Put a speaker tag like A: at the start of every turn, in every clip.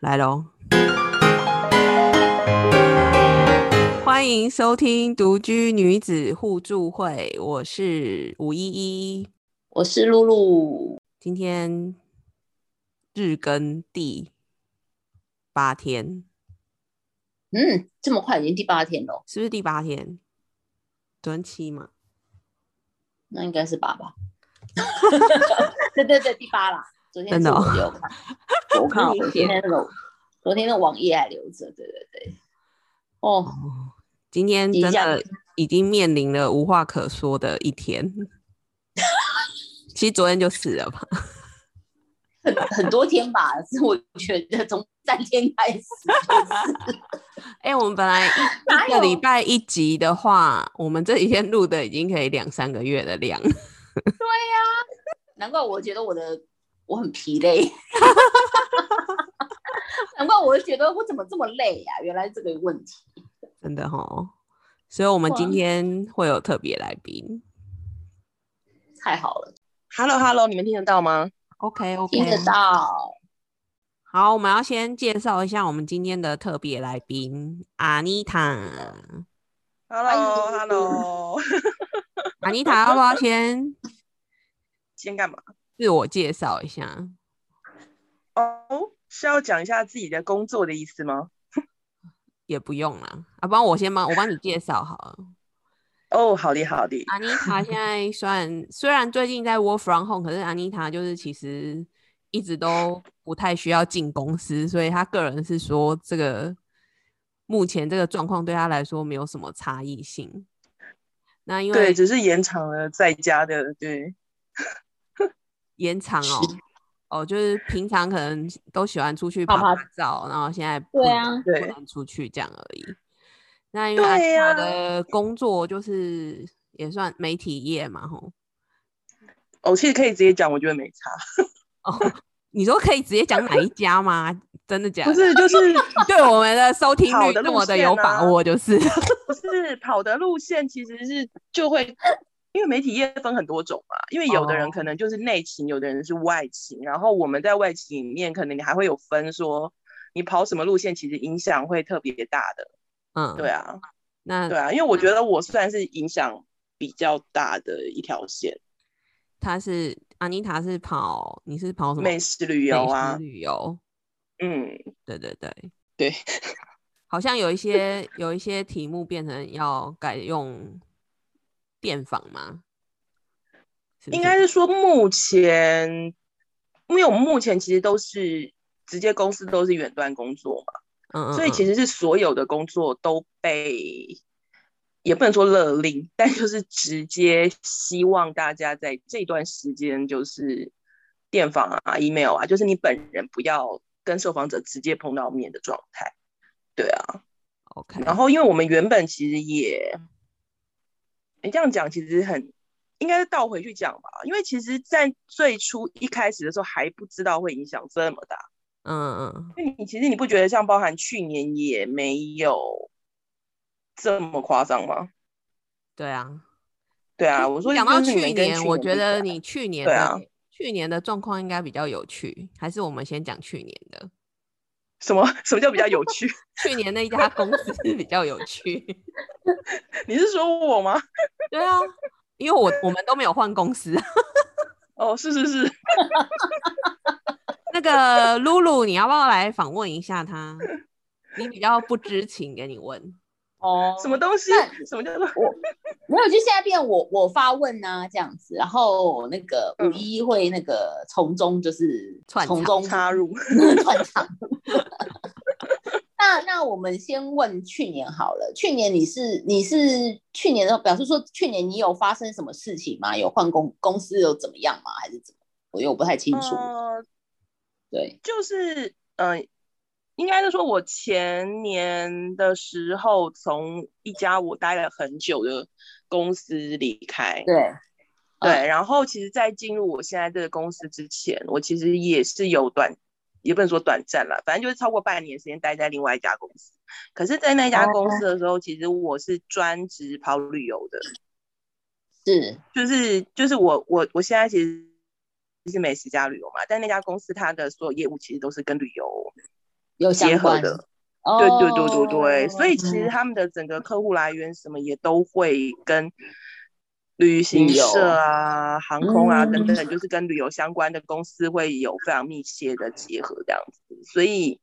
A: 来喽！欢迎收听独居女子互助会，我是五一一。
B: 我是露露，
A: 今天日更第八天，
B: 嗯，这么快已经第八天了，
A: 是不是第八天？昨天七嘛，
B: 那应该是八吧？ 对对对，第八啦。昨天
A: 真
B: 是
A: 的哦
B: 我有看，我看我昨天那个昨天的网页还留着，对对对。哦，
A: 今天真
B: 一下
A: 的已经面临了无话可说的一天。其实昨天就死了 吧？
B: 很很多天吧，是我觉得从三天开始就是
A: 哎、我们本来
B: 哪
A: 一一个
B: 有
A: 礼拜一集的话，我们这几天录的已经可以两三个月的量。
B: 难怪我觉得我的我很疲累，难怪我觉得我怎么这么累呀、原来这个问题。
A: 真的哈，所以我们今
B: 哇
A: 天会有特别来宾。
B: 太好了，
C: Hello Hello，你们听得到吗？
A: OK
B: 听
A: OK，
B: 得到。
A: 好，我们要先介绍一下我们今天的特别来宾阿妮塔。
C: Hello Hello，
A: 阿妮塔，要不要先
C: 先干嘛？
A: 自我介绍一下？
C: 哦，是要讲一下自己的工作的意思吗？
A: 也不用啦，啊，不然我先帮我帮你介绍好了。
C: 哦，好的好的，
A: 阿妮塔现在算虽然最近在 work from home，可是阿妮塔就是其实一直都不太需要进公司，所以她个人是说这个目前这个状况对她来说没有什么差异性。那因
C: 对，
A: 为
C: 只是延长了在家的，对，
A: 延长哦
B: 是
A: 哦，就是平常可能都喜欢出去拍
B: 拍
A: 拍照，然后现在不
B: 对
A: 能
B: 啊
C: 对
A: 不能出去这样而已。那因为阿
C: 对
A: 妮塔
C: 呀
A: 的工作就是也算媒体业嘛，吼。
C: 哦，其实可以直接讲，我觉得没差，
A: 哦，你说可以直接讲哪一家吗？ 真的假的？
C: 不是就是
A: 你对我们的收听
C: 好
A: 率
C: 的
A: 这
C: 路
A: 么的
C: 线
A: 有把
C: 啊
A: 握，就是。
C: 不是跑的路线，其实是就会。因为媒体业分很多种嘛，因为有的
A: 哦
C: 人可能就是内勤，有的人是外勤，然后我们在外勤里面，可能你还会有分说你跑什么路线，其实影响会特别大的。
A: 嗯，
C: 对。啊，
A: 那
C: 对啊，因为我觉得我算是影响比较大的一条线，
A: 他是安妮塔是跑，你是跑什么？
C: 美食
A: 美
C: 旅游
A: 食
C: 啊，
A: 旅游。
C: 嗯，
A: 对对对
C: 对，
A: 好像有一些有一些题目变成要改用电访吗？是不
C: 应
A: 是
C: 该是说目前，因为我们目前其实都是直接公司都是远端工作嘛，
A: 嗯嗯
C: 所以其
A: 实
C: 实是所有的工作都被。也不能说勒令，但就是直接希望大家在这段时间就是电访啊、email 啊，就是你本人不要跟受访者直接碰到面的状态。对啊，
A: OK，嗯
C: 然后，因为我们原本其实也，你这样讲其实很，应该是倒回去讲吧，因为其实，在最初一开始的时候还不知道会影响这么大，
A: 嗯嗯
C: 因为你其实你不觉得像包含去年也没有这么夸张吗？
A: 对啊。
C: 对啊，我说
A: 讲到
C: 就是你
A: 去
C: 们跟
A: 年，我
C: 比
A: 觉
C: 起
A: 得
C: 来
A: 你去年
C: 对
A: 的
C: 啊
A: 去年的状况应该比较有趣，还是我们先讲去年的？
C: 什么什么叫比较有趣？
A: 去年那一家公司比较有趣。
C: 你是说我吗？
A: 对啊，因为我我们都没有换公司啊。
C: 哦，是是是，
A: 那个露露，你要不要来访问一下他？你比较不知情，给你问。
B: 哦，
C: 什么东西
B: 那？
C: 什么叫做
B: 没有，就现在变我我发问啊，这样子，然后那个五
C: 嗯
B: 一会那个从中就是
A: 串
B: 从
A: 场
B: 中
C: 插入？
B: 串场。 那那我们先问去年好了，去年你是你是去年的，表示说去年你有发生什么事情吗？有换公公司有怎么样吗？还是怎么？我又不太清楚。
C: 呃，
B: 对，
C: 就是嗯、呃应该是说我前年的时候从一家我待了很久的公司离开，
B: 对，
C: 对，
B: 嗯
C: 然后其实，在进入我现在这个公司之前，我其实也是有短，也不能说短暂啦，反正就是超过半年时间待在另外一家公司。可是，在那家公司
B: 哦
C: 的时候，其实我是专职跑旅游的，
B: 是
C: 就是就是我我我现在其实是美食加旅游嘛，但那家公司它的所有业务其实都是跟旅游
B: 有相
C: 结合
B: 关
C: 的。
B: 哦
C: 对对对对对，所以其实
B: 嗯
C: 他们的整个客户来源什么也都会跟旅行
B: 旅游
C: 社啊、航空啊等等
B: 嗯，
C: 就是跟旅游相关的公司会有非常密切的结合这样子。所以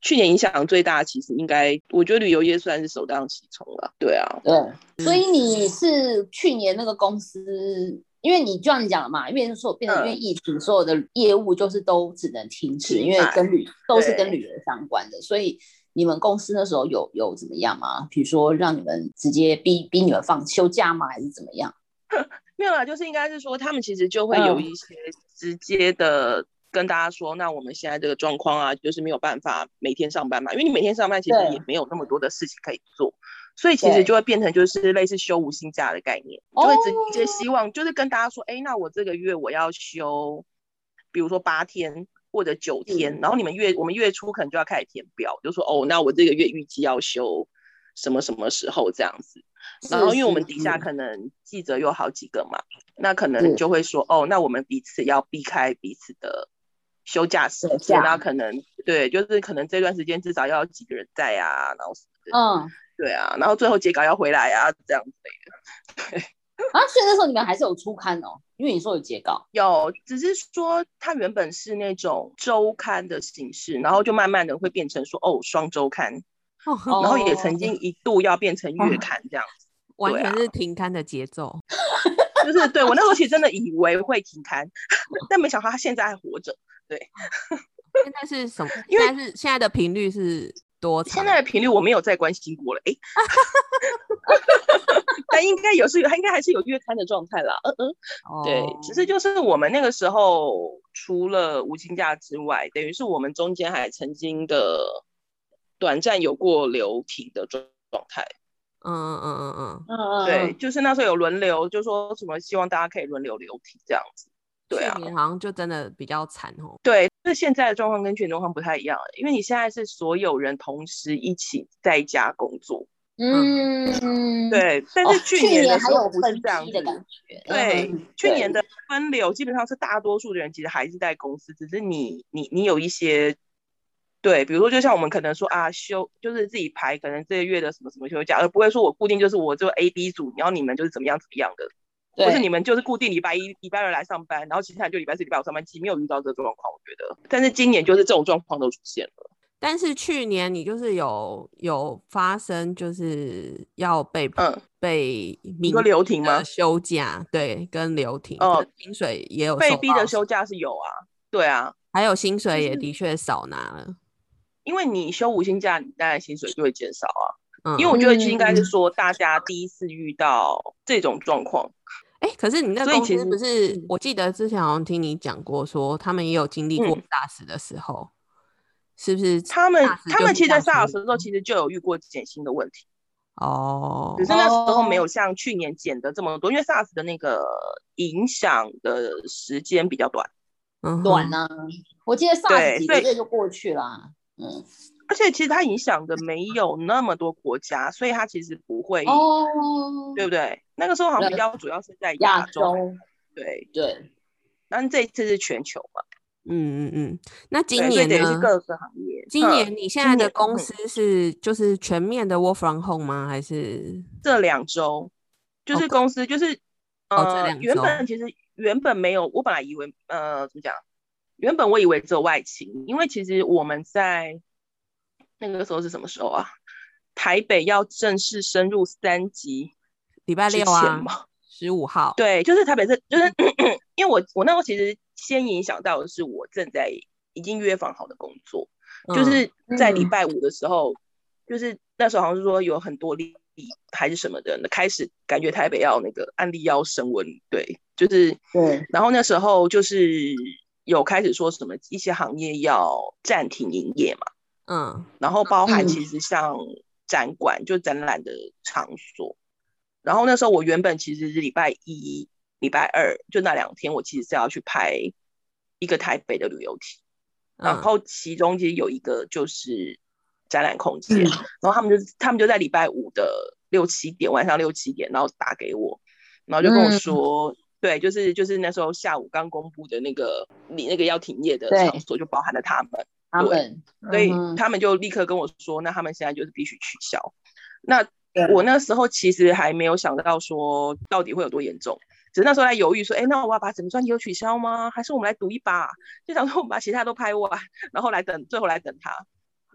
C: 去年影响最大，其实应该我觉得旅游业算是首当其冲了。对啊，
B: 对，所以你是去年那个公司，因为你就像你讲的嘛，因为说变成因
C: 嗯
B: 为疫情，所有的业务就是都只能停止，
C: 停
B: 因为
C: 摆
B: 跟旅都是跟
C: 对
B: 旅游相关的，所以你们公司那时候有有怎么样吗？比如说让你们直接逼逼你们放休假吗？还是怎么样？
C: 没有啦，就是应该是说他们其实就会有
B: 嗯
C: 一些直接的跟大家说，那我们现在这个状况啊，就是没有办法每天上班嘛，因为你每天上班其实
B: 对
C: 也没有那么多的事情可以做，所以其
B: 对
C: 实就会变成就是类似休无薪假的概念，就会直
B: 哦
C: 接希望就是跟大家说，哎，那我这个月我要休，比如说八天。或者九
B: 嗯
C: 天，然后你们月我们月初可能就要开始填表，就说哦，那我这个月预计要休什么什么时候这样子。然后因为我们
B: 嗯
C: 底下可能记者有好几个嘛，那可
B: 是
C: 能就会说，哦，那我们彼此要避开彼此的休假时
B: 休假
C: 间，那可能对，就是可能这段时间至少要有几个人在啊，然后是
B: 嗯
C: 对啊，然后最后截稿要回来啊，这样子的。
B: 啊，所以那时候你们还是有出刊哦，因为你说有截稿，
C: 有，只是说它原本是那种周刊的形式，然后就慢慢的会变成说，哦，双周刊，
B: 哦
C: 然后也曾经一度要变成月刊这样子。
A: 完
C: 对
A: 全
C: 啊
A: 是停刊的节奏。
C: 就是对我那时候其实真的以为会停刊， 但没想到他现在还活着。
A: 现在是什么？
C: 因为
A: 现在是现在的频率是多长？
C: 现在的频率我没有再关心过了，哎、 但应该有是有，他应该还是有月刊的状态啦。嗯嗯，
A: 哦
C: 对，只是就是我们那个时候除了无薪假之外，等于是我们中间还曾经的短暂有过留停的状状态。
A: 嗯嗯嗯嗯
B: 嗯嗯，
C: 对，就是那时候有轮流，就说什么希望大家可以轮流留停这样子。
A: 嗯，
C: 对啊
A: 去，年好像就真的比较惨哦。
C: 对，那现在的状况跟去年状况不太一样，因为你现在是所有人同时一起在家工作。
B: 嗯，
C: 对，但
B: 哦
C: 是去年的
B: 还
C: 时候
B: 有
C: 不
B: 分
C: 是这样
B: 批的感
C: 子。
B: 觉，
C: 对
B: 嗯，
C: 去年的分流基本上是大多数的人其实还是在公司，只是你你你有一些，对，比如说就像我们可能说啊休，就是自己排可能这个月的什么什么休假，而不会说我固定就是我就 A B 组，然后你们就是怎么样怎么样的，
B: 对
C: 或是你们就是固定礼拜一、礼拜二来上班，然后其他人就礼拜四、礼拜五上班，其实没有遇到这个状况，我觉得。但是今年就是这种状况都出现了。
A: 但是去年你就是有有发生，就是要被、
C: 嗯，
A: 被
C: 你
B: 嗯
A: 民
C: 说留停吗
B: 啊
A: 的？休假，对，跟留停，
C: 哦
A: 跟薪水也有
C: 被
A: 受
C: 逼的
A: 到
C: 休假是有啊，对啊。
A: 还有薪水
C: 就
A: 也
C: 是
A: 的确少拿了。
C: 因为你休无薪假，你当然薪水就会减少啊。
A: 嗯，
C: 因为我觉得就应该
B: 嗯
C: 是说，大家第一次遇到这种状况，
A: 哎、可是你那个
C: 所以
A: 公
C: 其
A: 司不
C: 实
A: 是
C: 嗯？
A: 我记得之前好像听你讲过说，他们也有经历过
C: 嗯
A: SARS 的时候，是不是 SARS 就是这样处理？
C: 他们他们其实，在 SARS 的时候，
A: 实
C: 其实就有遇过减薪的问题，
A: 哦，
C: 只是那时候
B: 哦
C: 没有像去年减的这么多，因为 SARS 的那个影响的时间比较短，
A: 嗯
B: 短
A: 哼
B: 啊，我记得 SARS
C: 对
B: 几
C: 所
B: 个
C: 以
B: 月就过去啦。嗯，
C: 而且其实它影响的没有那么多国家，所以它其实不会，
B: 哦，
C: 对不对？那个时候好像比
B: 对
C: 较主要是在
B: 亚
C: 洲，
B: 洲，
C: 对，
B: 对，
C: 但这一次是全球嘛，
A: 嗯嗯嗯。那今
C: 对，所以
A: 年
C: 等于是
A: 呢？
C: 各个行业。
A: 今
C: 嗯
A: 年你现
C: 今
A: 在的
C: 年
A: 公
C: 嗯
A: 司是就是全面的 work from home 吗？还是
C: 这两周，就
A: 哦
C: 是公司就是、
A: 哦这
C: 呃
A: 两，
C: 原
A: 周
C: 本其实原本没有，我本来以为呃怎么讲，原本我以为只有外勤，因为其实我们在那个时候是什么时候啊？台北要正式深入三级
A: 礼拜
C: 之
A: 六
C: 前
A: 啊，
C: 嘛？
A: 十五号？
C: 对，就是台北是就是 因为我我那时候其实先影响到的是我正在已经约访好的工作，就
A: 嗯
C: 是在礼
B: 嗯
C: 拜五的时候，就是那时候好像是说有很多例还是什么的，开始感觉台北要那个案例要升温，对，就是
B: 对，
C: 然后那时候就是有开始说什么一些行业要暂停营业嘛，
A: 嗯
C: 然后包含
B: 嗯
C: 其实像展馆、就展览的场所，然后那时候我原本其实是礼拜一、礼拜二就那两天，我其实是要去拍一个台北的旅游体。然
A: 嗯
C: 后其中其实有一个就是展览空
B: 嗯
C: 间，然后他们就他们就在礼拜五的六七点晚上六七点，然后打给我，然后就跟我
B: 嗯
C: 说，对，就是就是那时候下午刚公布的那个你那个要停业的
B: 对
C: 场所就包含了他们，
B: 他们，
C: 所以
B: 嗯哼
C: 他们就立刻跟我说，那他们现在就是必须取消。那
B: 对
C: 我那时候其实还没有想到说到底会有多严重，只是那时候在犹豫说，哎，那我要把整个专辑都取消吗？还是我们来赌一把？就想说我们把其他都拍完，然后来等最后来等他。
B: 嗯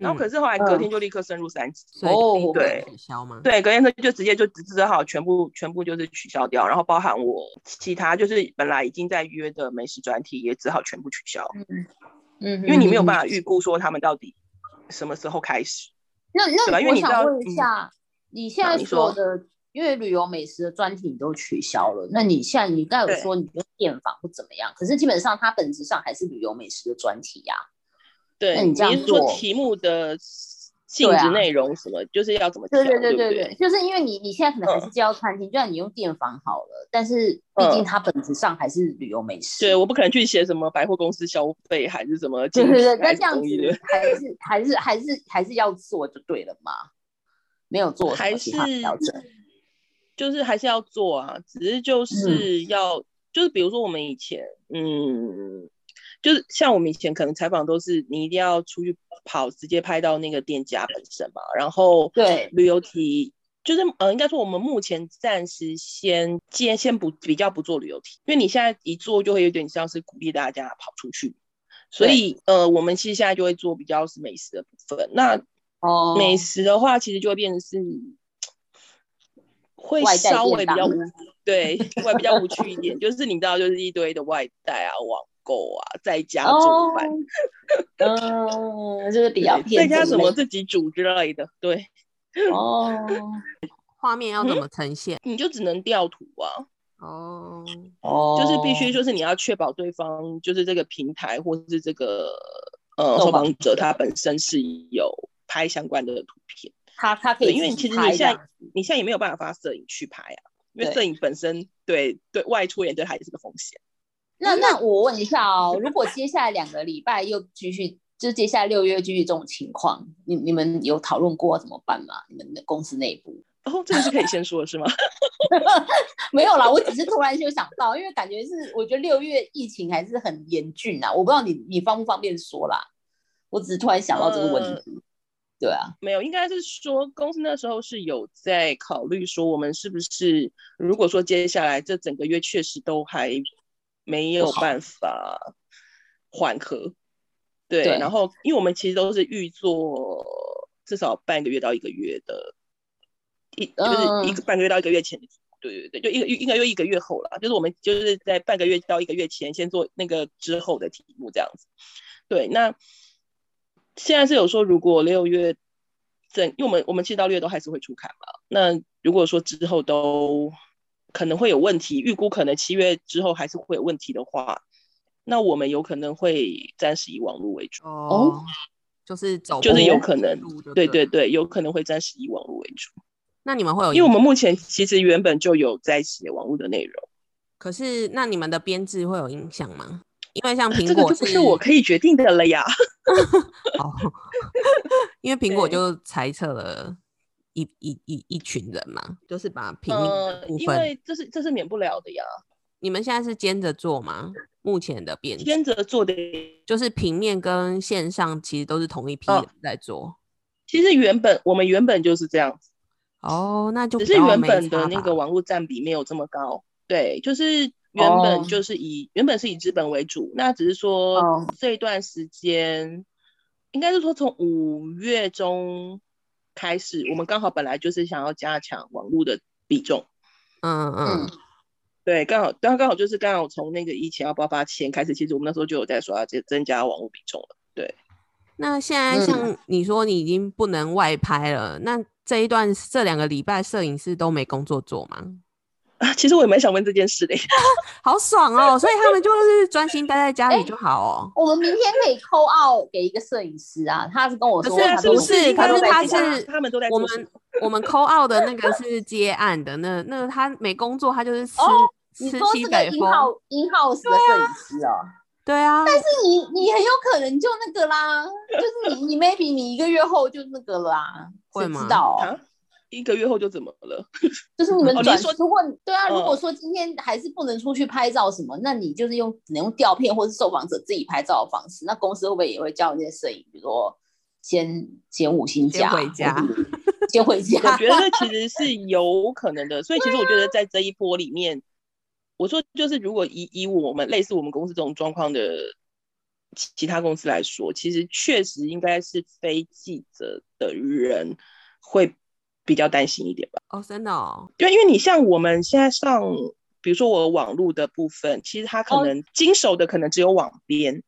C: 然后可是后来隔天就立刻升入三级，
A: 所以就立
B: 哦
A: 刻
C: 对
A: 取消吗？
C: 对，隔天就就直接就只只好全部全部就是取消掉，然后包含我其他就是本来已经在约的美食专题也只好全部取消，
B: 嗯，
C: 因为你没有办
B: 法。
C: 法预估说他们到底什么时候开始。
B: 那
C: 对吧
B: 那
C: 因为
B: 我
C: 你知
B: 想
C: 道
B: 问一
C: 嗯
B: 下，你现
C: 啊
B: 在
C: 你
B: 所有
C: 说
B: 的因为旅游美食的专题你都取消了，那你现在你刚才有
C: 对
B: 说你就电访或怎么样，可是基本上它本质上还是旅游美食的专题呀、
C: 对，
B: 那你这样
C: 是说
B: 做
C: 题目的性
B: 对
C: 质、
B: 啊
C: 内容什么，就是要怎么
B: 对对
C: 讲，对
B: 对
C: 不
B: 对，就是因为你你现在可能还是介绍餐厅，就算你用电访好了，但是毕竟
C: 嗯
B: 它本质上还是旅游美食。
C: 对，我不可能去写什么百货公司消费还是什么
B: 对
C: 经济
B: 对对，
C: 还
B: 那
C: 是
B: 这样
C: 东西的
B: 子，还是还是还是还是要做就对了嘛，没有 做什么
C: 还
B: 其
C: 是
B: 他的调整。嗯
C: 就是还是要做啊，只是就是要、就是比如说我们以前，嗯，就是像我们以前可能采访都是你一定要出去跑，直接拍到那个店家本身嘛，然后
B: 对
C: 旅游题。就是呃，应该说我们目前暂时先先先不比较不做旅游题，因为你现在一做就会有点像是鼓励大家跑出去，所
B: 对
C: 以呃，我们其实现在就会做比较是美食的部分。那
B: 哦，
C: 美食的话，其实就会变成是会
B: 外带
C: 稍微
B: 便
C: 比较
B: 当
C: 无对， 会比较无趣一点。就是你知道，就是一堆的外带啊、网购啊，在家煮饭，
B: 哦，嗯，就是比较
C: 对在
B: 偏
C: 家
B: 这
C: 什
B: 一类
C: 么自己煮之类的，对，
B: 哦，
A: 画面要怎
C: 嗯
A: 么呈现？
C: 你就只能调图啊，
A: 哦，
B: 哦，
C: 就是必须就是你要确保对方就是这个平台或是这个呃
B: 受
C: 受
B: 访
C: 访者他本身是有拍相关的图片。
B: 他他可
C: 对，
B: 以
C: 因为
B: 自己
C: 其实
B: 拍
C: 你现在
B: 这样
C: 你现在也没有办法发摄影去拍啊，因为
B: 对
C: 摄影本身对对外出也对它也是个风险。
B: 那那我问一下哦，如果接下来两个礼拜又继续，就接下来六月继续这种情况，你你们有讨论过怎么办吗？你们的公司内部
C: 哦，这个是可以先说的是吗？
B: 没有啦，我只是突然就想到，因为感觉是我觉得六月疫情还是很严峻啊，我不知道你你方不方便说啦，我只是突然想到这个问题，对啊，
C: 没有，应该是说公司那时候是有在考虑说，我们是不是如果说接下来这整个月确实都还没有办法缓和，对，
B: 对
C: 然后因为我们其实都是预做至少半个月到一个月的，一就是一个半个月到一个月前。对对对，就一个一个月一个月后了，就是我们就是在半个月到一个月前先做那个之后的题目这样子。对，那现在是有说，如果六月整，因为我们我们其实到六月都还是会出刊嘛。那如果说之后都可能会有问题，预估可能七月之后还是会有问题的话，那我们有可能会暂时以网络为主。
A: 哦，就是走，
C: 就是有可能，对
A: 对。
C: 对对，有可能会暂时以网络为主，
A: 那你们会有影响，
C: 因为我们目前其实原本就有在写网络的内容，
A: 可是那你们的编制会有影响吗？因为像苹
C: 这个
A: 果
C: 就不是我可以决定的了呀。
A: 哦， 因为苹果
C: 对
A: 就裁撤了一一一一群人嘛，就是把平民的
C: 呃，
A: 部
C: 因
A: 分，
C: 为这是这是免不了的呀，
A: 你们现在是兼着做吗？目前的编制
C: 兼着做的
A: 就是平面跟线上其实都是同一批
C: 哦
A: 人在做。
C: 其实原本我们原本就是这样子，
A: 哦，那就
C: 只
A: 比
C: 是
A: 较
C: 原
A: 没
C: 本的
A: 差
C: 那
A: 吧
C: 个网络占比没有这么高。对，就是原
B: 哦
C: 本就是以、原本是以资本为主，那只是
B: 哦
C: 说这段时间，应该是说从五月中开始，我们刚好本来就是想要加强网络的比重。
A: 嗯嗯
B: 嗯，
C: 对，刚好，刚刚好就是刚好从那个疫情要爆发前开始，其实我们那时候就有在说要增增加网络比重了。
A: 那现在
B: 嗯
A: 像你说你已经不能外拍了，那这一段这两个礼拜摄影师都没工作做吗？
C: 啊， 其实我也蛮想问这件 事的，
A: 好爽哦！所以他们就是专心待在家
C: 哎
A: 里就好哦。
B: 我们明天可以扣 out 给一个摄影师啊，他是跟我说
A: 可是啊
B: 他
C: 是
B: 都
C: 不
A: 不是
C: 是？
A: 可是他
C: 他
A: 是
C: 他们都在
A: 我
C: 做
A: 们
C: 什么
A: 我 们扣 out 的那个是接案的，那那他没工作，他就是吃、
B: 哦你
A: 吃
B: 说
A: 西
B: 这个
A: 北
B: 英
A: 风，
B: 号英号式的摄影师哦，
A: 对啊，
B: 但是你你很有可能就那个啦，就是你你 maybe 你一个月后就那个啦，
A: 会
B: 谁
A: 吗
B: 知道哦、
C: 啊？一个月后就怎么 了？
B: 就是你们
C: 哦
B: 转，
C: 你是说
B: 如果对啊，
C: 嗯
B: 如果说今天还是不能出去拍照什么，那你就是用只能用调片或是受访者自己拍照的方式。那公司会不会也会叫那些摄影，比如说先先五星假，
A: 先回家
B: 或者先回家？
C: 我觉得其实是有可能的，所以其实我觉得在这一波里面，我说就是如果以以我们类似我们公司这种状况的其其他公司来说，其实确实应该是非记者的人会比较担心一点吧。
A: 哦，真的哦，
C: 对，因为你像我们现在上，比如说我网路的部分，其实它可
B: 哦
C: 能经手的可能只有网编，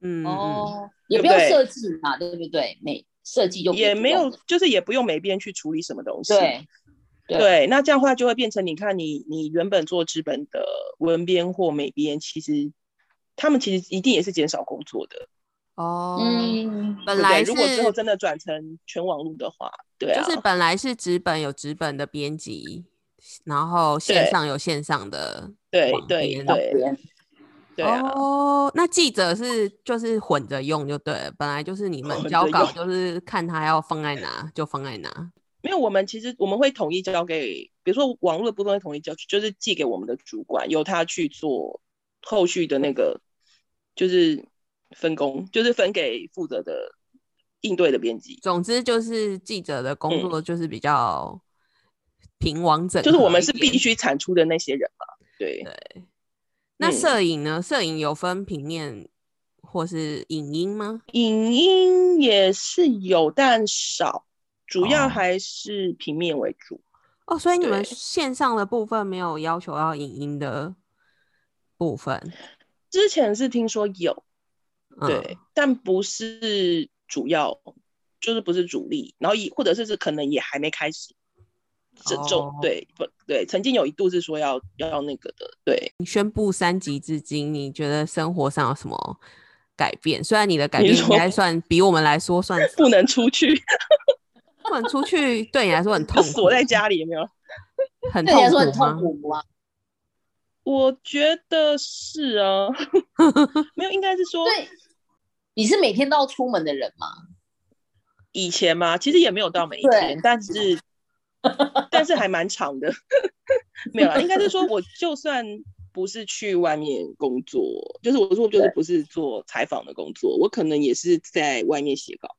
A: 嗯，嗯，
B: 哦，也
C: 对
B: 不
C: 不
B: 用
C: 对
B: 设计嘛，对不对？没设计就不
C: 也没
B: 用
C: 有
B: 了
C: 就是也不用美编去处理什么东西。
B: 对对
C: 对，那这样的话就会变成，你看你你原本做纸本的文编或美编，其实他们其实一定也是减少工作的，
A: 哦，
B: 嗯，
A: 本
C: 对不
A: 来
C: 对？
A: 是
C: 如果之后真的转成全网路的话，对啊，
A: 就是本来是纸本有纸本的编辑，然后线
C: 对
A: 上有线上的
C: 对
A: 网
C: 对
A: 编啊
C: 对
B: 嗯
C: 对啊，
A: 哦，那记者是就是混着用就对了，本来就是你们
C: 混
A: 交
C: 着
A: 稿
C: 用
A: 就是 看他要放在哪就放在哪。
C: 没有，我们其实我们会统一交给，比如说网络的部分会统一交，就是寄给我们的主管，由他去做后续的那个，就是分工，就是分给负责的应对的编辑。
A: 总之就是记者的工作就是比较平王整合一
C: 嗯就
A: 点，
C: 是我们是必须产出的那些人嘛。对，
A: 对。那
C: 嗯
A: 摄影呢？摄影有分平面或是影音吗？
C: 影音也是有，但少，主
A: 哦
C: 要还是平面为主。
A: 哦，所以你们
C: 对
A: 线上的部分没有要求要影音的部分，
C: 之前是听说有，
A: 嗯、
C: 对，，但不是主要，就是不是主力，然后也或者是是可能也还没开始。这种、
A: 哦
C: 对不对？曾经有一度是说要要那个的，对，
A: 你宣布三级至今，你觉得生活上有什么改变？虽然你的改
C: 你
A: 变应
C: 说
A: 该算比我们来说算
C: 不能出去，
A: 不能出去，对你来说很 痛
C: 就
A: 苦，
C: 锁在家里，有没有？
A: 很
B: 对你
A: 痛
B: 来说很
A: 苦
B: 痛
A: 吗？
B: 苦吗？
C: 我觉得是 啊，没有，应该是说
B: 对，你是每天都要出门的人吗？
C: 以前嘛，其实也没有到每一
B: 对
C: 天，但 是但是还蛮长的，没有啦，应该是说我就算不是去外面工作，就是我说就是不是做采访的工作，我可能也是在外面写稿，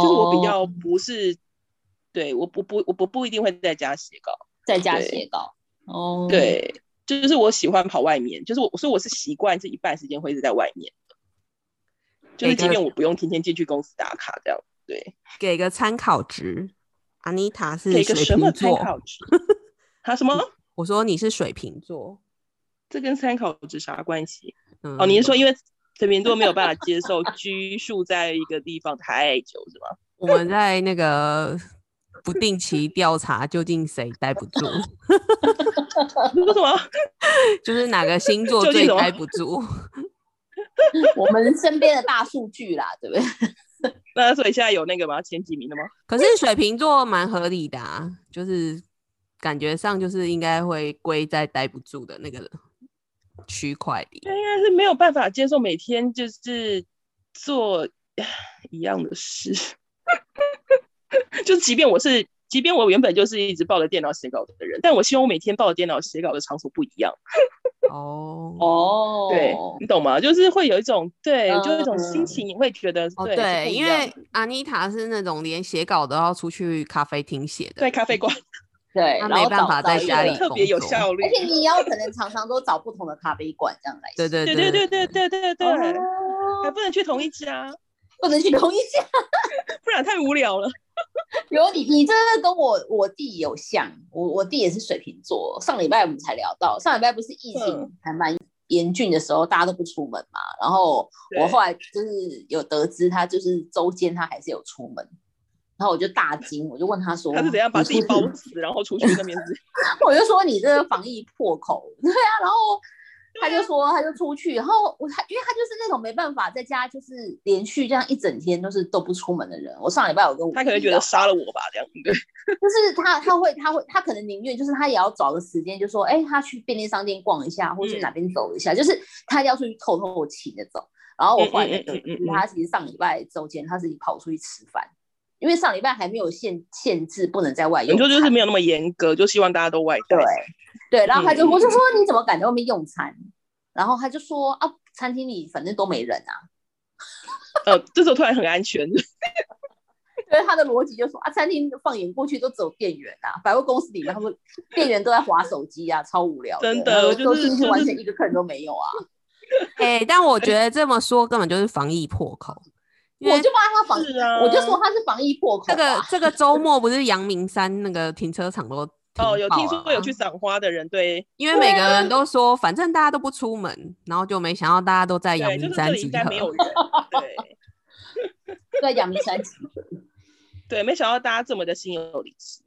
C: 就是我比
B: 哦
C: 较不是，对，我不不我不不一定会在家写稿，
B: 在家
C: 对
B: 写稿。哦，，
C: 对，就是我喜欢跑外面，就是我所以我是习惯这一半时间会是在外面的，就是
A: 每个
C: 即便我不用天天进去公司打卡这样，对。
A: 给个参考值。安妮塔是
C: 给
A: 水
C: 个什么
A: 瓶
C: 参
A: 座，
C: 考 值？他什么？
A: 我说你是水瓶座，
C: 这跟参考值啥关系？
A: 嗯，
C: 哦，你是说因为水瓶座没有办法接受拘束在一个地方太久是吗？
A: 我们在那个不定期调查，究竟谁待不住，
C: 你说什么？
A: 就是哪个星座
C: 究竟
A: 最
C: 什么
A: 待不住？
B: 我们身边的大数据啦，对不对？
C: 那所以现在有那个吗？前几名的吗？
A: 可是水瓶座蛮合理的、啊，就是感觉上就是应该会归在待不住的那个区块里。
C: 那应该是没有办法接受每天就是做一样的事， 就是即便我是。即便我原本就是一直抱着电脑写稿的人，但我希望我每天抱着电脑写稿的场所不一样。
A: 哦
B: 哦
C: 对你懂吗？就是会有一种对，
B: 嗯
C: 就有一种心情，你会觉得
A: 哦，
C: 对是不
A: 对，
C: 一
A: 因
C: 样
A: 为
C: 的
A: 安妮塔是那种连写稿都要出去咖啡厅写的，
C: 在咖啡馆
B: 对，
A: 那
B: 然后
A: 没办
B: 找
A: 法
B: 找
A: 在
B: 一
A: 家
B: 个
A: 里
C: 特别有
A: 工作
C: 效率
B: 而。且你也要可能常常都找不同的咖啡馆这样来。
A: 对，对
C: 对
A: 对
C: 对对对对对对，还
B: 哦，
C: 不能去同一家，
B: 不能去同一 家。
C: 不然太无聊了。
B: 有你，你这个跟我我弟有像，我我弟也是水瓶座。上礼拜我们才聊到，上礼拜不是疫情
C: 嗯
B: 还蛮严峻的时候，大家都不出门嘛。然后我
C: 对
B: 后来就是有得知他就是周间他还是有出门，然后我就大惊，我就问他说
C: 他是怎样把自己？
B: 你
C: 包
B: 出去
C: 死，然后出去那边是？
B: 我就说你这个防疫破口， 对啊，然后他
C: 啊
B: 就说他就出去，然后我他因为他就是那种没办法在家就是连续这样一整天都是都不出门的人。我上礼拜有跟我
C: 他可能
B: 弟
C: 觉 得
B: 聊
C: 杀了我吧，这样对。
B: 就是他他会他会他可能宁愿就是他也要找个时间，就说哎、他去便利商店逛一下，或去
C: 嗯
B: 哪边走一下，就是他要出去透透气那种。然后我后来才
C: 嗯嗯嗯
B: 得知
C: 嗯嗯嗯
B: 他其实上礼拜周间他自己跑出去吃饭，因为上礼拜还没有限限制不能在外用
C: 研
B: 餐，
C: 究就是没有那么严格，就希望大家都外带
B: 对。对，然后他就
C: 嗯
B: 我就说你怎么敢在外面用餐？然后他就说啊，餐厅里反正都没人啊。
C: 呃，这时候突然很安全，
B: 因为他的逻辑就说啊，餐厅放眼过去都只有店员啊，百货公司里面他们店员都在划手机啊，超无聊
C: 真的
B: 的
C: 就
B: 都
C: 是
B: 进去
C: 就是
B: 完全一个客人都没有啊。
A: 哎、但我觉得这么说根本就是防疫破口，因
B: 我
A: 为
B: 就帮他防，
C: 是啊，
B: 我就说他是防疫破口、啊。
A: 这
C: 哦
A: 个这个周末不是阳明山那个停车场都停
C: 哦，有
A: 爆
C: 听说
A: 了
C: 有
A: 吗
C: 去赏花的人，对啊
A: 因为每个人都说，反正大家都不出门，然后就没想到大家都在阳
C: 对，就
A: 明
C: 是这
A: 山
C: 里
A: 集
C: 应该没有
A: 合。
C: 人，对
B: 在阳明山集合，
C: 对，没想到大家这么的心有灵犀。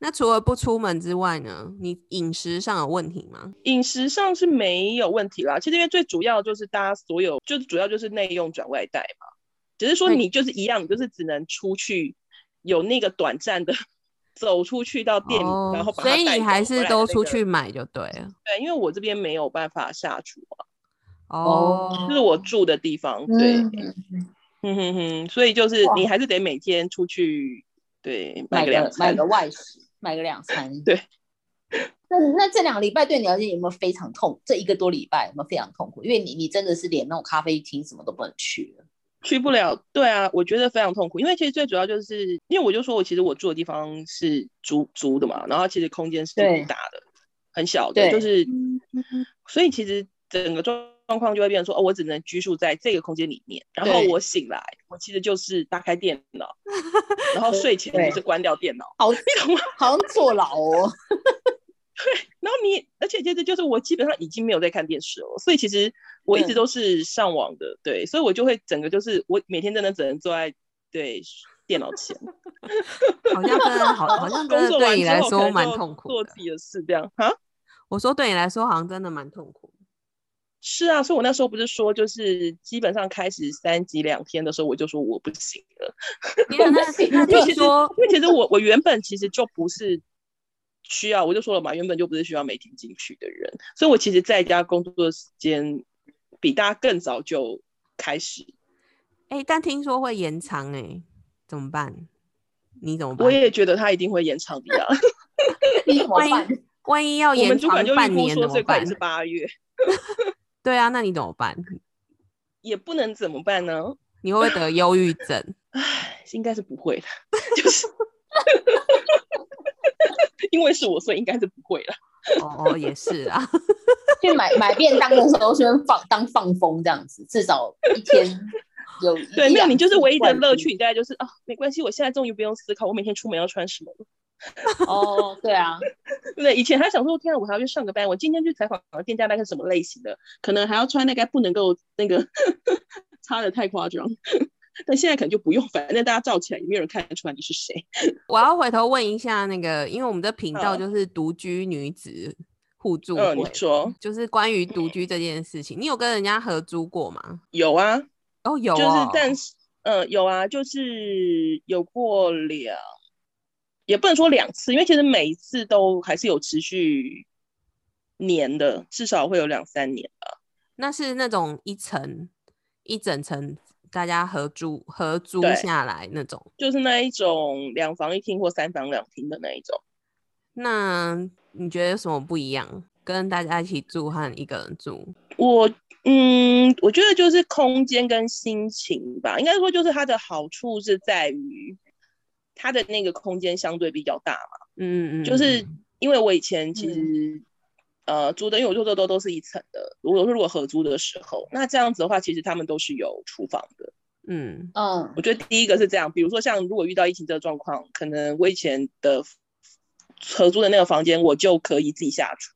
A: 那除了不出门之外呢，你饮食上有问题吗？
C: 饮食上是没有问题啦，其实因为最主要就是大家所有就是主要就是内用转外带嘛，只是说
A: 对
C: 你就是一样，你就是只能出去有那个短暂的走出去到店里，然后把它
A: 哦所以
C: 带
A: 你
C: 走
A: 还
C: 回
A: 是
C: 来
A: 都
C: 的那
A: 出
C: 个
A: 去买就对了。
C: 对，因为我这边没有办法下厨啊，
A: 哦，
C: 就是我住的地方，对，
B: 嗯
C: 嗯哼哼，所以就是
B: 哇
C: 你还是得每天出去，对，
B: 买
C: 个两
B: 个买
C: 餐
B: 个，外 食，买个两餐。
C: 对。
B: 那那这两个礼拜对你而言有没有非常痛？这一个多礼拜有没有非常痛苦？因为你你真的是连那种咖啡厅什么都不能去 了。
C: 去不了。对啊，我觉得非常痛苦，因为其实最主要就是因为我就说我其实我住的地方是租租的嘛，然后其实空间是不
B: 对
C: 大的，很小的，
B: 对
C: 就是所以其实整个状状况就会变成说，哦，我只能居住在这个空间里面，然后
B: 对
C: 我醒来，我其实就是打开电 脑，然后睡前
B: 对
C: 就是关掉电脑，
B: 好
C: 你懂吗？
B: 好像坐牢哦。
C: 然后你，而且接着就是我基本上已经没有在看电视了，所以其实我一直
B: 嗯
C: 都是上网的，对，所以我就会整个就是我每天真的只能坐在对电脑前，
A: 好像真的好， 好像真
C: 工
A: 的
C: 作完
A: 对你
C: 之
A: 来
C: 后可
A: 说
C: 能
A: 蛮
C: 就
A: 痛苦
C: 做
A: 的
C: 自。己的事这样 啊。
A: 我说对你来说好像真的蛮痛苦的。
C: 是啊，所以我那时候不是说，就是基本上开始三级两天的时候，我就说我不行了，
A: 天啊那
B: 不行
A: 那
C: 因为
A: 据
C: 其实
A: 说
C: 因为其实我我原本其实就不是需要，我就说了嘛，原本就不是需要每天进去的人，所以我其实在家工作的时间比大家更早就开始
A: 哎、但听说会延长哎、怎么办？你怎么办
C: 我？也觉得他一定会延长的呀。
B: 你怎么 办？
A: 万一要
C: 我们
A: 延
C: 主
A: 长
C: 管就预
A: 半
C: 估
A: 年
C: 说
A: 怎
C: 最
A: 么
C: 快
A: 办
C: 也？是八月，
A: 对啊，那你怎么办？
C: 也不能怎么办呢？
A: 你会不会得忧郁症？
C: 唉，应该是不会的， 就是因为是我，所以应该是不会了。
A: 哦，也是啊。
B: 去买买便当的时候，先放当放风这样子，至少一天有一
C: 对，没有
B: 两
C: 你就是
B: 次
C: 唯一的
B: 灌
C: 乐
B: 输
C: 趣，你大概就是啊，没关系，我现在终于不用思考我每天出门要穿什么了。
B: 哦。对啊，
C: 对，以前还想说，天啊，我还要去上个班，我今天去采访的店家大概是什么类型的，可能还要穿那个不能够那个 差的太夸张。 但现在可能就不用，反正大家照起来也没有人看得出来你是谁。
A: 我要回头问一下那个，因为我们的频道
C: 嗯
A: 就是独居女子互助
C: 嗯，
A: 会
C: 你，说嗯
A: 就是关于独居这件事情，你有跟人家合租过吗？
C: 有啊？
A: 哦，有哦，
C: 就是但是呃有啊，就是有过两，也不能说两次，因为其实每一次都还是有持续年的，至少会有两三年吧。
A: 那是那种一层一整层大家合租合租
C: 对
A: 下来那种。
C: 就是那一种两房一厅或三房两厅的那一种。
A: 那你觉得有什么不一样？跟大家一起住和一个人住？
C: 我嗯，我觉得就是空间跟心情吧，应该说就是它的好处是在于它的那个空间相对比较大嘛，
A: 嗯嗯，
C: 就是
A: 嗯
C: 因为我以前其实、呃租的，因为我住的都都是一层的，如果说如果合租的时候，那这样子的话，其实他们都是有厨房的。
A: 嗯
B: 嗯
C: 我觉得第一个是这样，比如说像如果遇到疫情这个状况，可能我以前的合租的那个房间，我就可以自己下厨，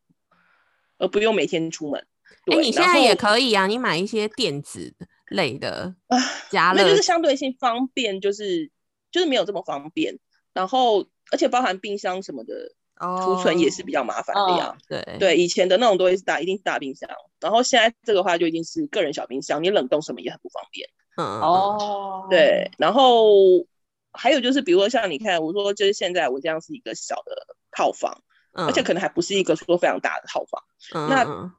C: 而不用每天出门。
A: 哎、
C: 对
A: 你现
C: 然
A: 在
C: 后
A: 也可以啊，你买一些电子类的
C: 啊
A: 家
C: 那
A: 乐
C: 就是相对性方便，就是就是没有这么方便。然后，而且包含冰箱什么的，
A: 哦
C: 储存也是比较麻烦的呀。
A: 对
C: 对，以前的那种都会是大，一定是大冰箱。然后现在这个话就一定是个人小冰箱，你冷冻什么也很不方便。
A: 嗯哦，
B: 哦，
C: 对，然后还有就是，比如说像你看，我说就是现在我这样是一个小的套房，
A: 而
C: 而且可能还不是一个说非常大的套房。
A: 嗯
C: 那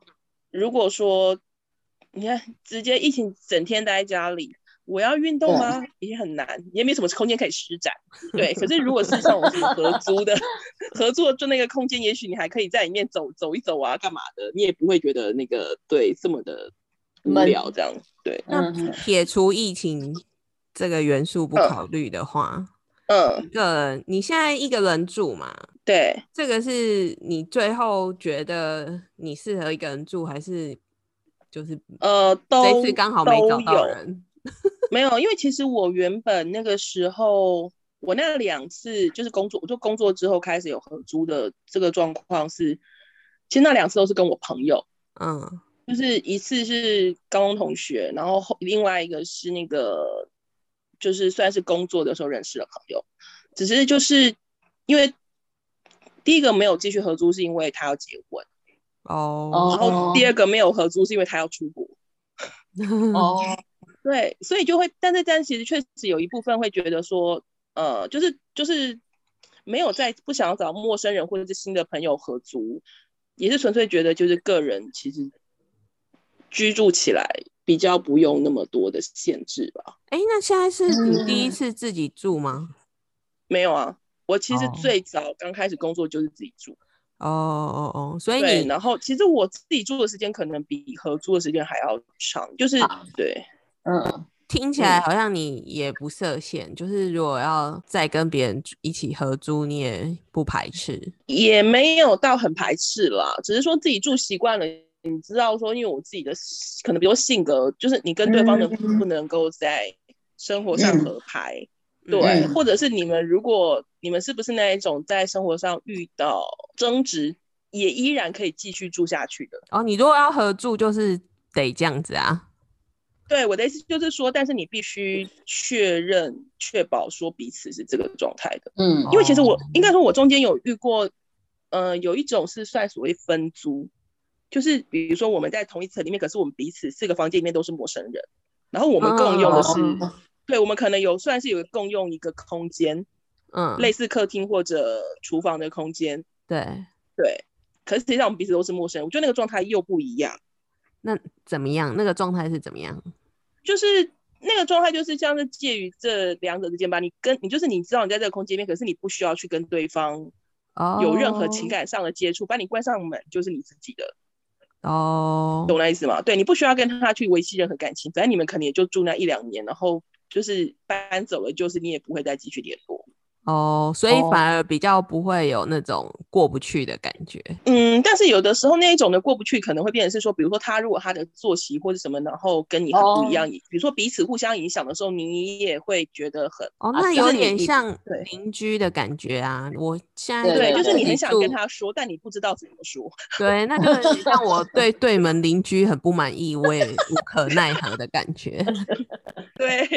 C: 如果说你看直接疫情整天待在家里，我要运动吗？也很难，也没什么空间可以施展。对，可是如果是像我们合租的 合作，就那个空间，也许你还可以在里面走走一走啊，干嘛的，你也不会觉得那个对这么的无
B: 闷
C: 聊这样。对，
A: 那
B: 嗯
A: 撇除疫情这个元素不
C: 嗯
A: 考虑的话，
C: 嗯，
A: 一个人你现在一个人住嘛，
C: 对，
A: 这个是你最后觉得你适合一个人住，还是就是
C: 呃，
A: 这
C: 都
A: 次刚好没
C: 都
A: 找到
C: 有
A: 人？
C: 没有，因为其实我原本那个时候，我那两次就是工作，我就工作之后开始有合租的这个状况是，其实那两次都是跟我朋友，
A: 嗯
C: 就是一次是高中同学，然后后另外一个是那个就是算是工作的时候认识的朋友，只是就是因为第一个没有继续合租是因为他要结婚，
A: 哦
B: 哦
C: 然后第二个没有合租是因为他要出国。
B: 哦，
C: 对，所以就会，但是但其实确实有一部分会觉得说，呃，就是就是没有在不想要找陌生人或者是新的朋友合租，也是纯粹觉得就是个人其实居住起来比较不用那么多的限制吧。
A: 哎、那现在是你第一
B: 嗯
A: 次自己住吗？
C: 没有啊，我其实
A: 哦
C: 最早刚开始工作就是自己住，
A: 哦哦哦，所以
C: 对，
A: 你
C: 然后其实我自己住的时间可能比合租的时间还要长，就是、
B: 啊
C: 对。
B: 嗯，
A: 听起来好像你也不设限，就是如果要再跟别人一起合租，你也不排斥。
C: 也没有到很排斥啦，只是说自己住习惯了，你知道说，因为我自己的可能比如说性格，就是你跟对方能
B: 嗯
C: 不能够在生活上
B: 嗯
C: 合拍，
A: 嗯
C: 对，
B: 嗯
C: 或者是你们如果你们是不是那一种在生活上遇到争执，也依然可以继续住下去的。
A: 哦，你如果要合住，就是得这样子啊。
C: 对，我的意思就是说，但是你必须确认、确保说彼此是这个状态的。
B: 嗯
C: 因为其实我
A: 哦
C: 应该说，我中间有遇过，呃，有一种是算所谓分租，就是比如说我们在同一层里面，可是我们彼此四个房间里面都是陌生人，然后我们共用的是，
A: 嗯
C: 对，我们可能有算是有共用一个空间，
A: 嗯，
C: 类似客厅或者厨房的空间，
A: 对，
C: 对。可是实际上我们彼此都是陌生人，我觉得那个状态又不一样，
A: 那怎么样？那个状态是怎么样？
C: 就是。那个状态就是像是介于这两者之间吧，你跟你就是你知道你在这个空间里面，可是你不需要去跟对方
A: 哦，
C: 有任何情感上的接触，把你关上门就是你自己的，
A: 哦，
C: 懂那意思吗？对你不需要跟他去维系任何感情，反正你们可能也就住那一两年，然后就是搬走了，就是你也不会再继续联络。
A: 哦，所以
B: 哦
A: 反而比较不会有那种过不去的感觉。
C: 嗯，但是有的时候那一种的过不去，可能会变成是说，比如说他如果他的作息或者什么，然后跟你很不一
A: 哦
C: 样，比如说彼此互相影响的时候，你也会觉得很
A: 哦，
C: 啊
A: 那
C: 就
A: 有
C: 是你
A: 点
C: 你
A: 像
C: 对
A: 邻居的感觉啊。我现在
C: 对，就是
A: 自
C: 你
A: 己
C: 很想跟
A: 住
C: 他说，但你不知道怎么说。
A: 对，那就有点像我对对门邻居很不满意，我也无可奈何的感觉。
C: 对，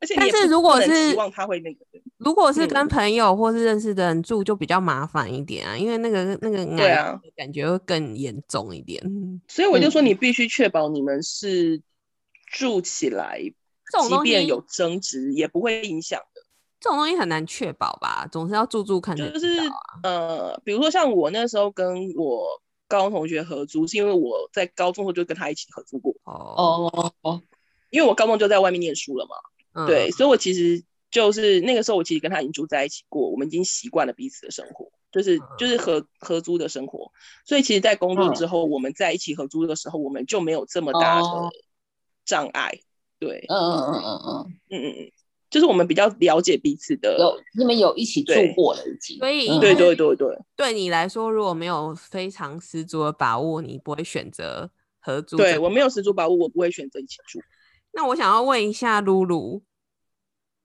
C: 而且你
A: 但
C: 也
A: 是
C: 不
A: 如果
C: 不能
A: 是
C: 期望他会那个，
A: 如果是跟
C: 嗯
A: 朋友或是认识的人住，就比较麻烦一点啊，因为那个那个
C: 对
A: 癌
C: 啊
A: 的感觉会更严重一 点。
C: 所以我就说
B: 嗯
C: 你必须确保你们是住起来，
A: 这种
C: 即
A: 东西
C: 便有争执也不会影响的。
A: 这种东西很难确保吧，总是要住住看才
C: 就
A: 知
C: 是
A: 道啊、
C: 呃，比如说像我那时候跟我高中同学合租，是因为我在高中的时候就跟他一起合租过，
A: 哦，
B: 哦哦，
C: 因为我高中就在外面念书了嘛，
A: 嗯
C: 对，，所以我其实就是那个时候我其实跟他已经住在一起过，我们已经习惯了彼此的生活。
A: 嗯
C: 就是就是合合租的生活，所以其实，在工作之后，我们在一起合租的时候，我们就没有这么大的
B: 哦
C: 障碍。对，
B: 嗯嗯嗯嗯嗯，
C: 嗯嗯，嗯，就是我们比较了解彼此的，
B: 有你们有一起住
C: 对
B: 过了已经，
A: 所以
B: 嗯
C: 对对对对，
A: 对你来说，如果没有非常十足的把握，你不会选择合租。
C: 对我没有十足把握，我不会选择一起住。
A: 那我想要问一下露露，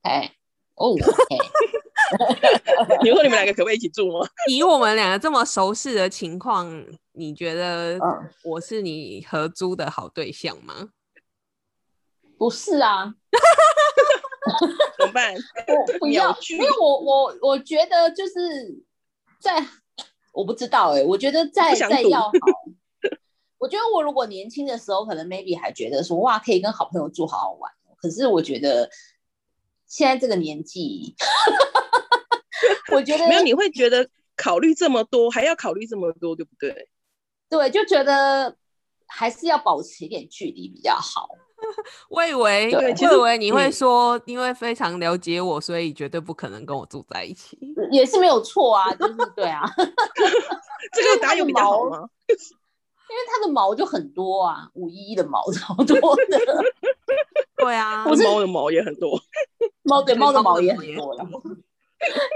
B: 哎，哦，哎，
C: 你说你们两个可不可以一起住哦吗？
A: 以我们两个这么熟识的情况，你觉得
B: 嗯
A: 我是你合租的好对象吗？
B: 不是啊，
C: 怎么办？
B: 我不要
C: 秒，拒
B: 因为我我我觉得就是在我不知道哎、我觉得在
C: 不想
B: 在
C: 赌
B: 要好。 我觉得我如果年轻的时候，可能 maybe 还觉得说哇，可以跟好朋友住，好好玩哦。可是我觉得现在这个年纪， 我觉得
C: 没有，你会觉得考虑这么多，还要考虑这么多，对不对？
B: 对，就觉得还是要保持一点距离比较好。
A: 我以为，
B: 对
C: 其
A: 我以
C: 实
A: 为你会
C: 嗯
A: 说，因为非常了解我，所以绝对不可能跟我住在一起。
B: 也是没有错啊，就是对啊，因
C: 这个打有比较好
B: 因为
C: 吗？
B: 为它的毛就很多啊，五一一的毛超多的，
A: 对啊，
C: 那猫的毛也很多，
B: 猫对
A: 对
B: 猫的
A: 猫的
B: 毛也
A: 毛
B: 很
A: 也
B: 多
A: 很
B: 了，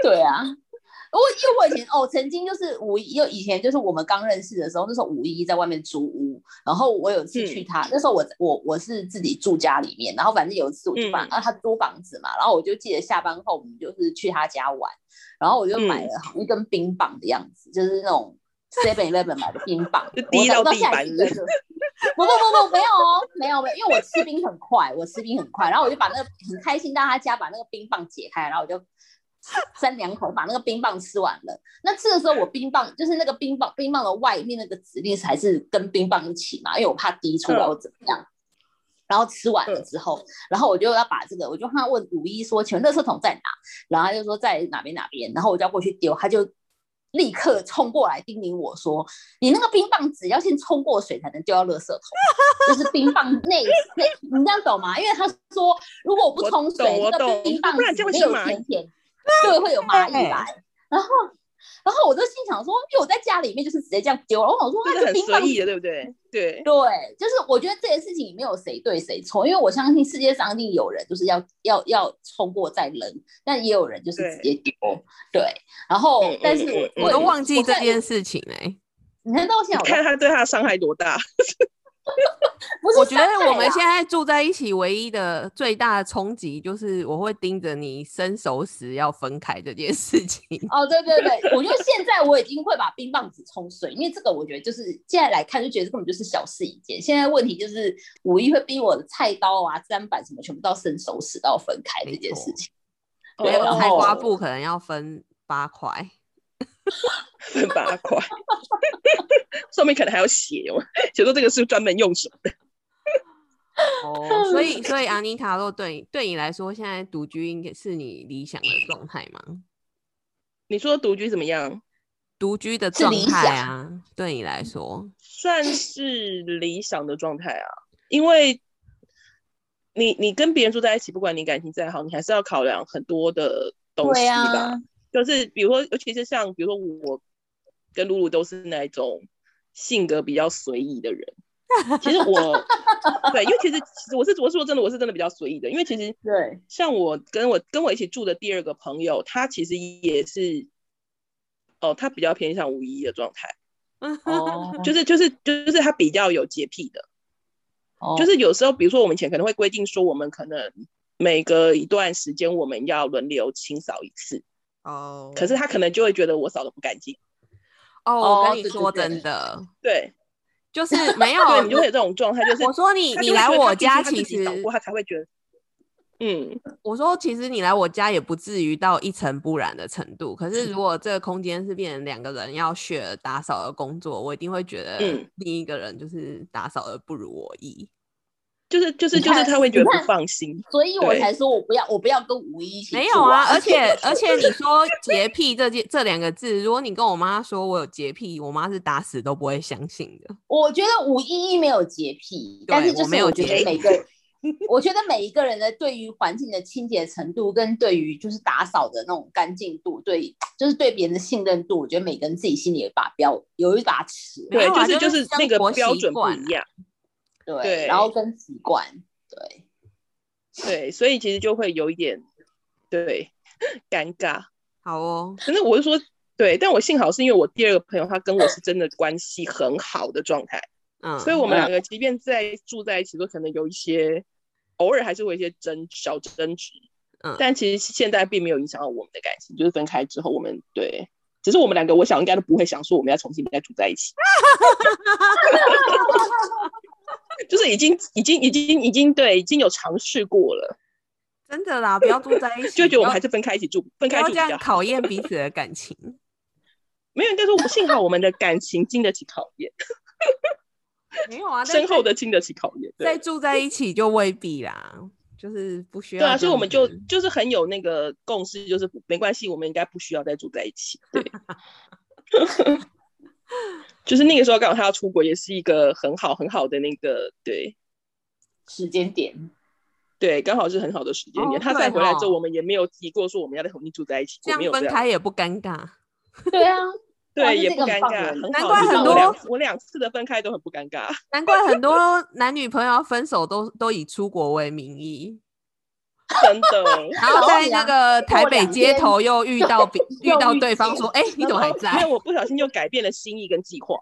B: 对啊。我因为我以前哦，曾经就是五一，因为以前就是我们刚认识的时候，那时候五一在外面租屋，然后我有一次去他，那时候我我我是自己住家里面，然后反正有一次我就把、
C: 嗯
B: 啊他租房子嘛，然后我就记得下班后我们就是去他家玩，然后我就买了好像一根冰棒的样子，就是那种 Seven Eleven 买的冰棒，
C: 就滴到
B: 我到
C: 地
B: 现在
C: 板
B: 还记得
C: 是
B: 这个不不不不，没有哦，没有没有，因为我吃冰很快，我吃冰很快，然后我就把那个很开心到他家把那个冰棒解开，然后我就三两口把那个冰棒吃完了。那吃的时候我冰棒就是那个冰棒冰棒的外面那个指令还是跟冰棒一起嘛，因为我怕滴出来
C: 嗯
B: 或怎么样。然后吃完了之后，然后我就要把这个，我就跟他问五一说，请问垃圾桶在哪？然后他就说在哪边哪边，然后我就要过去丢，他就立刻冲过来叮咛我说，你那个冰棒纸要先冲过水才能丢到垃圾桶，就是冰棒内内，你这样懂吗？因为他说如果我不
C: 我
B: 冲水，
C: 懂
B: 那
C: 我
B: 个
C: 懂
B: 冰棒
C: 不然
B: 纸
C: 就会
B: 没
C: 是
B: 有
C: 蚂哎
B: 甜甜，对，会有蚂蚁
A: 对
B: 来。然后，然后我就心想说，因为我在家里面就是直接这样丢，然后我说
C: 就
B: 那
C: 是
B: 这
C: 很
B: 冰棒
C: 随意的，对不对？对，
B: 对，就是我觉得这件事情没有谁对谁错，因为我相信世界上一定有人就是要要要冲过再扔，但也有人就是直接丢。对，然后
C: 嗯嗯
B: 但是我、
C: 嗯
A: 我
C: 嗯
B: 我
A: 都忘记这
B: 件，
A: 件事情哎、
B: 你看到现在我
C: 看
B: 都
C: 他对他的伤害多大。
B: 不是啊
A: 我觉
B: 伤害
A: 得我们
B: 啦
A: 现在住在一起唯一的最大的冲击就是我会盯着你伸手时要分开这件事情。
B: 哦，对对对，我觉得现在我已经会把冰棒子冲碎，因为这个我觉得就是现在来看就觉得这根本就是小事一件。现在问题就是五一会逼我的菜刀啊、砧板什么全部到伸手死到分开这件事情。
A: 还
B: 对
A: 有
B: 然
C: 哦
A: 菜
B: 后
A: 瓜布可能要分八块，
C: 分八块， 上面可能还有写哦， 写说这个是专门用手的。
A: 哦，所以所以安妮塔若对对你来说，现在独居应该是你理想的状态吗？
C: 你说独居怎么样？
A: 独居的
B: 是
A: 状
B: 理
A: 态
B: 想
A: 啊，对你来说，
C: 算是理想的状态啊，因为你你跟别人住在一起，不管你感情再好，你还是要考量很多的东西
B: 对
C: 吧。
B: 啊，
C: 就是比如说，尤其是像比如说我跟露露都是那一种性格比较随意的人。其实 我对，因为其实其实我是我说真的，我是真的比较随意的，因为其实
B: 对，
C: 像我跟我跟我一起住的第二个朋友，他其实也是，哦，他比较偏向无一的状态，
B: 哦，
C: 就是就是就是他比较有洁癖的，就
B: 哦
C: 是有时候比如说我们以前可能会规定说，我们可能每隔一段时间我们要轮流清扫一次，
A: 哦
C: 可是他可能就会觉得我扫的不干净，
A: 哦，我
B: 哦
A: 跟你
B: 对对
A: 说
B: 对
A: 真的，
C: 对
A: 就是 没有，
C: 对，你就会有这种状态，就是
A: 哦我说你
C: 他就
A: 你
C: 会
A: 来
C: 觉得
A: 我
C: 他必须
A: 家
C: 他自
A: 其
C: 己
A: 实
C: 扫过他才会觉得，嗯，
A: 我说，其实你来我家也不至于到一尘不染的程度。可是如果这个空间是变成两个人要 share 打扫的工作，我一定会觉得
C: 嗯
A: 另一个人就是打扫的不如我意。
C: 就是就是
B: 你
C: 就是
B: 看
C: 他会
B: 你
C: 觉得
B: 看
C: 不放心，
B: 所以我
C: 对
B: 才说我不要，我不要跟五一一起、
A: 没有啊，而且而且你说洁癖这件这两个字，如果你跟我妈说我有洁癖，我妈是打死都不会相信的。
B: 我觉得五一一没有洁癖，但是就
A: 我
B: 是
A: 没有
B: 我觉
A: 洁癖
B: 得每个，我觉得每一个人的对于环境的清洁程度，跟对于就是打扫的那种干净度，对，就是对别人的信任度，我觉得每个人自己心里有一把标，有一把尺，
A: 没
C: 对，
A: 有啊
C: 是
A: 就
C: 就是是那个
A: 生活
C: 标
A: 习
C: 准不
A: 惯
C: 一
A: 啊
C: 样，
B: 对，
C: 对
B: 然后跟习惯，对，
C: 对，所以其实就会有一点 对尴尬。
A: 好哦，
C: 可是我是说，对，但我幸好是因为我第二个朋友他跟我是真的关系很好的状态，
A: 嗯，
C: 所以我们两个即便在住在一起，都可能有一些偶尔还是会有一些争小争执，
A: 嗯
C: 但其实现在并没有影响到我们的感情，就是分开之后，我们对。只是我们两个，我想应该都不会想说我们要重新再住在 一起，就是已经已经已经已经对已经有尝试过了，
A: 真的啦，不要住在一起，
C: 就会觉得我们还
A: 不
C: 是分开一起住，分开
A: 要哦
C: 住
A: 不要
C: 比
A: 这
C: 较
A: 样
C: 好。
A: 考验彼此的感 情。
C: 没有，但是我幸好我们的感情经得起考验，
A: 没有啊，但
C: 深
A: 是
C: 厚的经得起考验。
A: 再
C: 对，
A: 住在一起就未必啦，就是不需要
C: 对
A: 这样
C: 啊，
A: 子。
C: 所以我们就就是很有那个共识，就是没关系，我们应该不需要再住在一起。对， 就是那个时候刚好他要出国，也是一个很好很好的那个对
B: 时间 点。
C: 对，刚好是很好的时间点。
A: 哦
C: 他
A: 对
C: 再回来之后，
A: 哦
C: 我们也没有提过说我们要在同地住在一起，
A: 这
C: 我没
A: 样
C: 有这
A: 分
C: 样
A: 开也不尴尬。
B: 对啊，哇
C: 对，
B: 这
C: 也
B: 这
C: 不
B: 个很
C: 尴
B: 棒
C: 尬，
B: 耶
C: 很
A: 难
C: 好
A: 怪
C: 你知道
A: 很
C: 我两
A: 多
C: 我两次的分开都很不尴尬。
A: 难怪很多男女朋友分手都都以出国为名义，
C: 真 的。
A: 然后在那个
B: 然
A: 台
B: 后
A: 北
B: 两
A: 街
B: 天
A: 头又遇到 比遇
B: 又
A: 到
B: 遇
A: 对方
B: 见
A: 说：“哎、你怎么还在？”
C: 因为我不小心就改变了心意跟计划。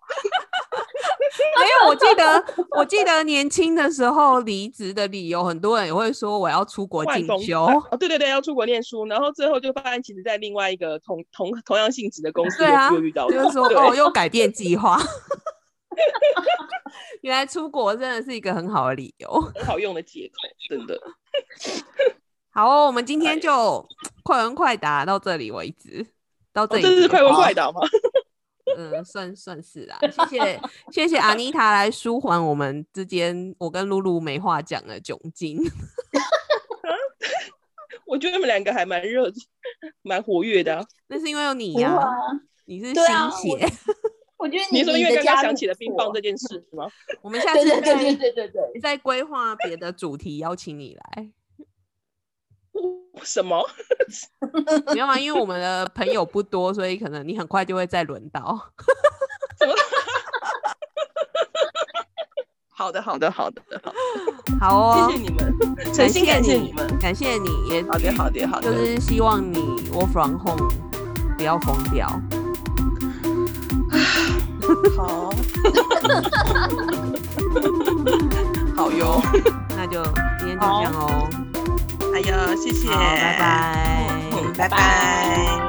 A: 没 有，我记 得，
B: 啊
A: 我记得年轻的时候离职的理由，很多人也会说我要出国
C: 换
A: 进
C: 工
A: 修。
C: 哦，对对对，要出国念书，然后最后就发现，其实在另外一个同同同样性质的公司
A: 对
C: 又、
A: 啊
C: 又遇到，了，
A: 就是说
C: 对
A: 哦，又改变计划。 原来出国真的是一个很好的理由。
C: 很好用的借口，真的。
A: 好、哦，我们
C: 哎
A: 今天就快问快答到这里为止，到这
C: 哦，
A: 里、
C: 这是快问
B: 好
C: 快答吗？
A: 嗯，算算是啦。谢谢谢谢阿妮塔来舒缓我们之间我跟露露没话讲的窘境。
C: 我觉得你们两个还蛮热，蛮活跃的、啊。
A: 那是因为有你
B: 不
A: 呀、
B: 啊，
A: 你是
B: 对啊
A: 新
B: 我
A: 血。
B: 我觉得
C: 你是说因为
B: 的
C: 刚刚
B: 加
C: 想
B: 入
C: 起了冰
B: 不
C: 棒
B: 错
C: 这件事吗？
A: 我们下次
B: 对
A: 再
B: 对对对对对对，
A: 再规划别的主题邀请你来，
C: 什么？
A: 没有啊？因为我们的朋友不多，所以可能你很快就会再轮到。
C: 好的，好的，好的，好
A: 好哦，
C: 谢谢你们，诚心感谢
A: 谢
C: 你们。，
A: 感谢你也
C: 好的，好的，好
A: 就
C: 的。
A: 是希望你 work from home 不要疯掉。
C: 好， 好哟。
A: 那就今天就这样哦，
C: 哎呀，谢谢，哦
A: 好，拜拜。
C: 嗯，拜拜。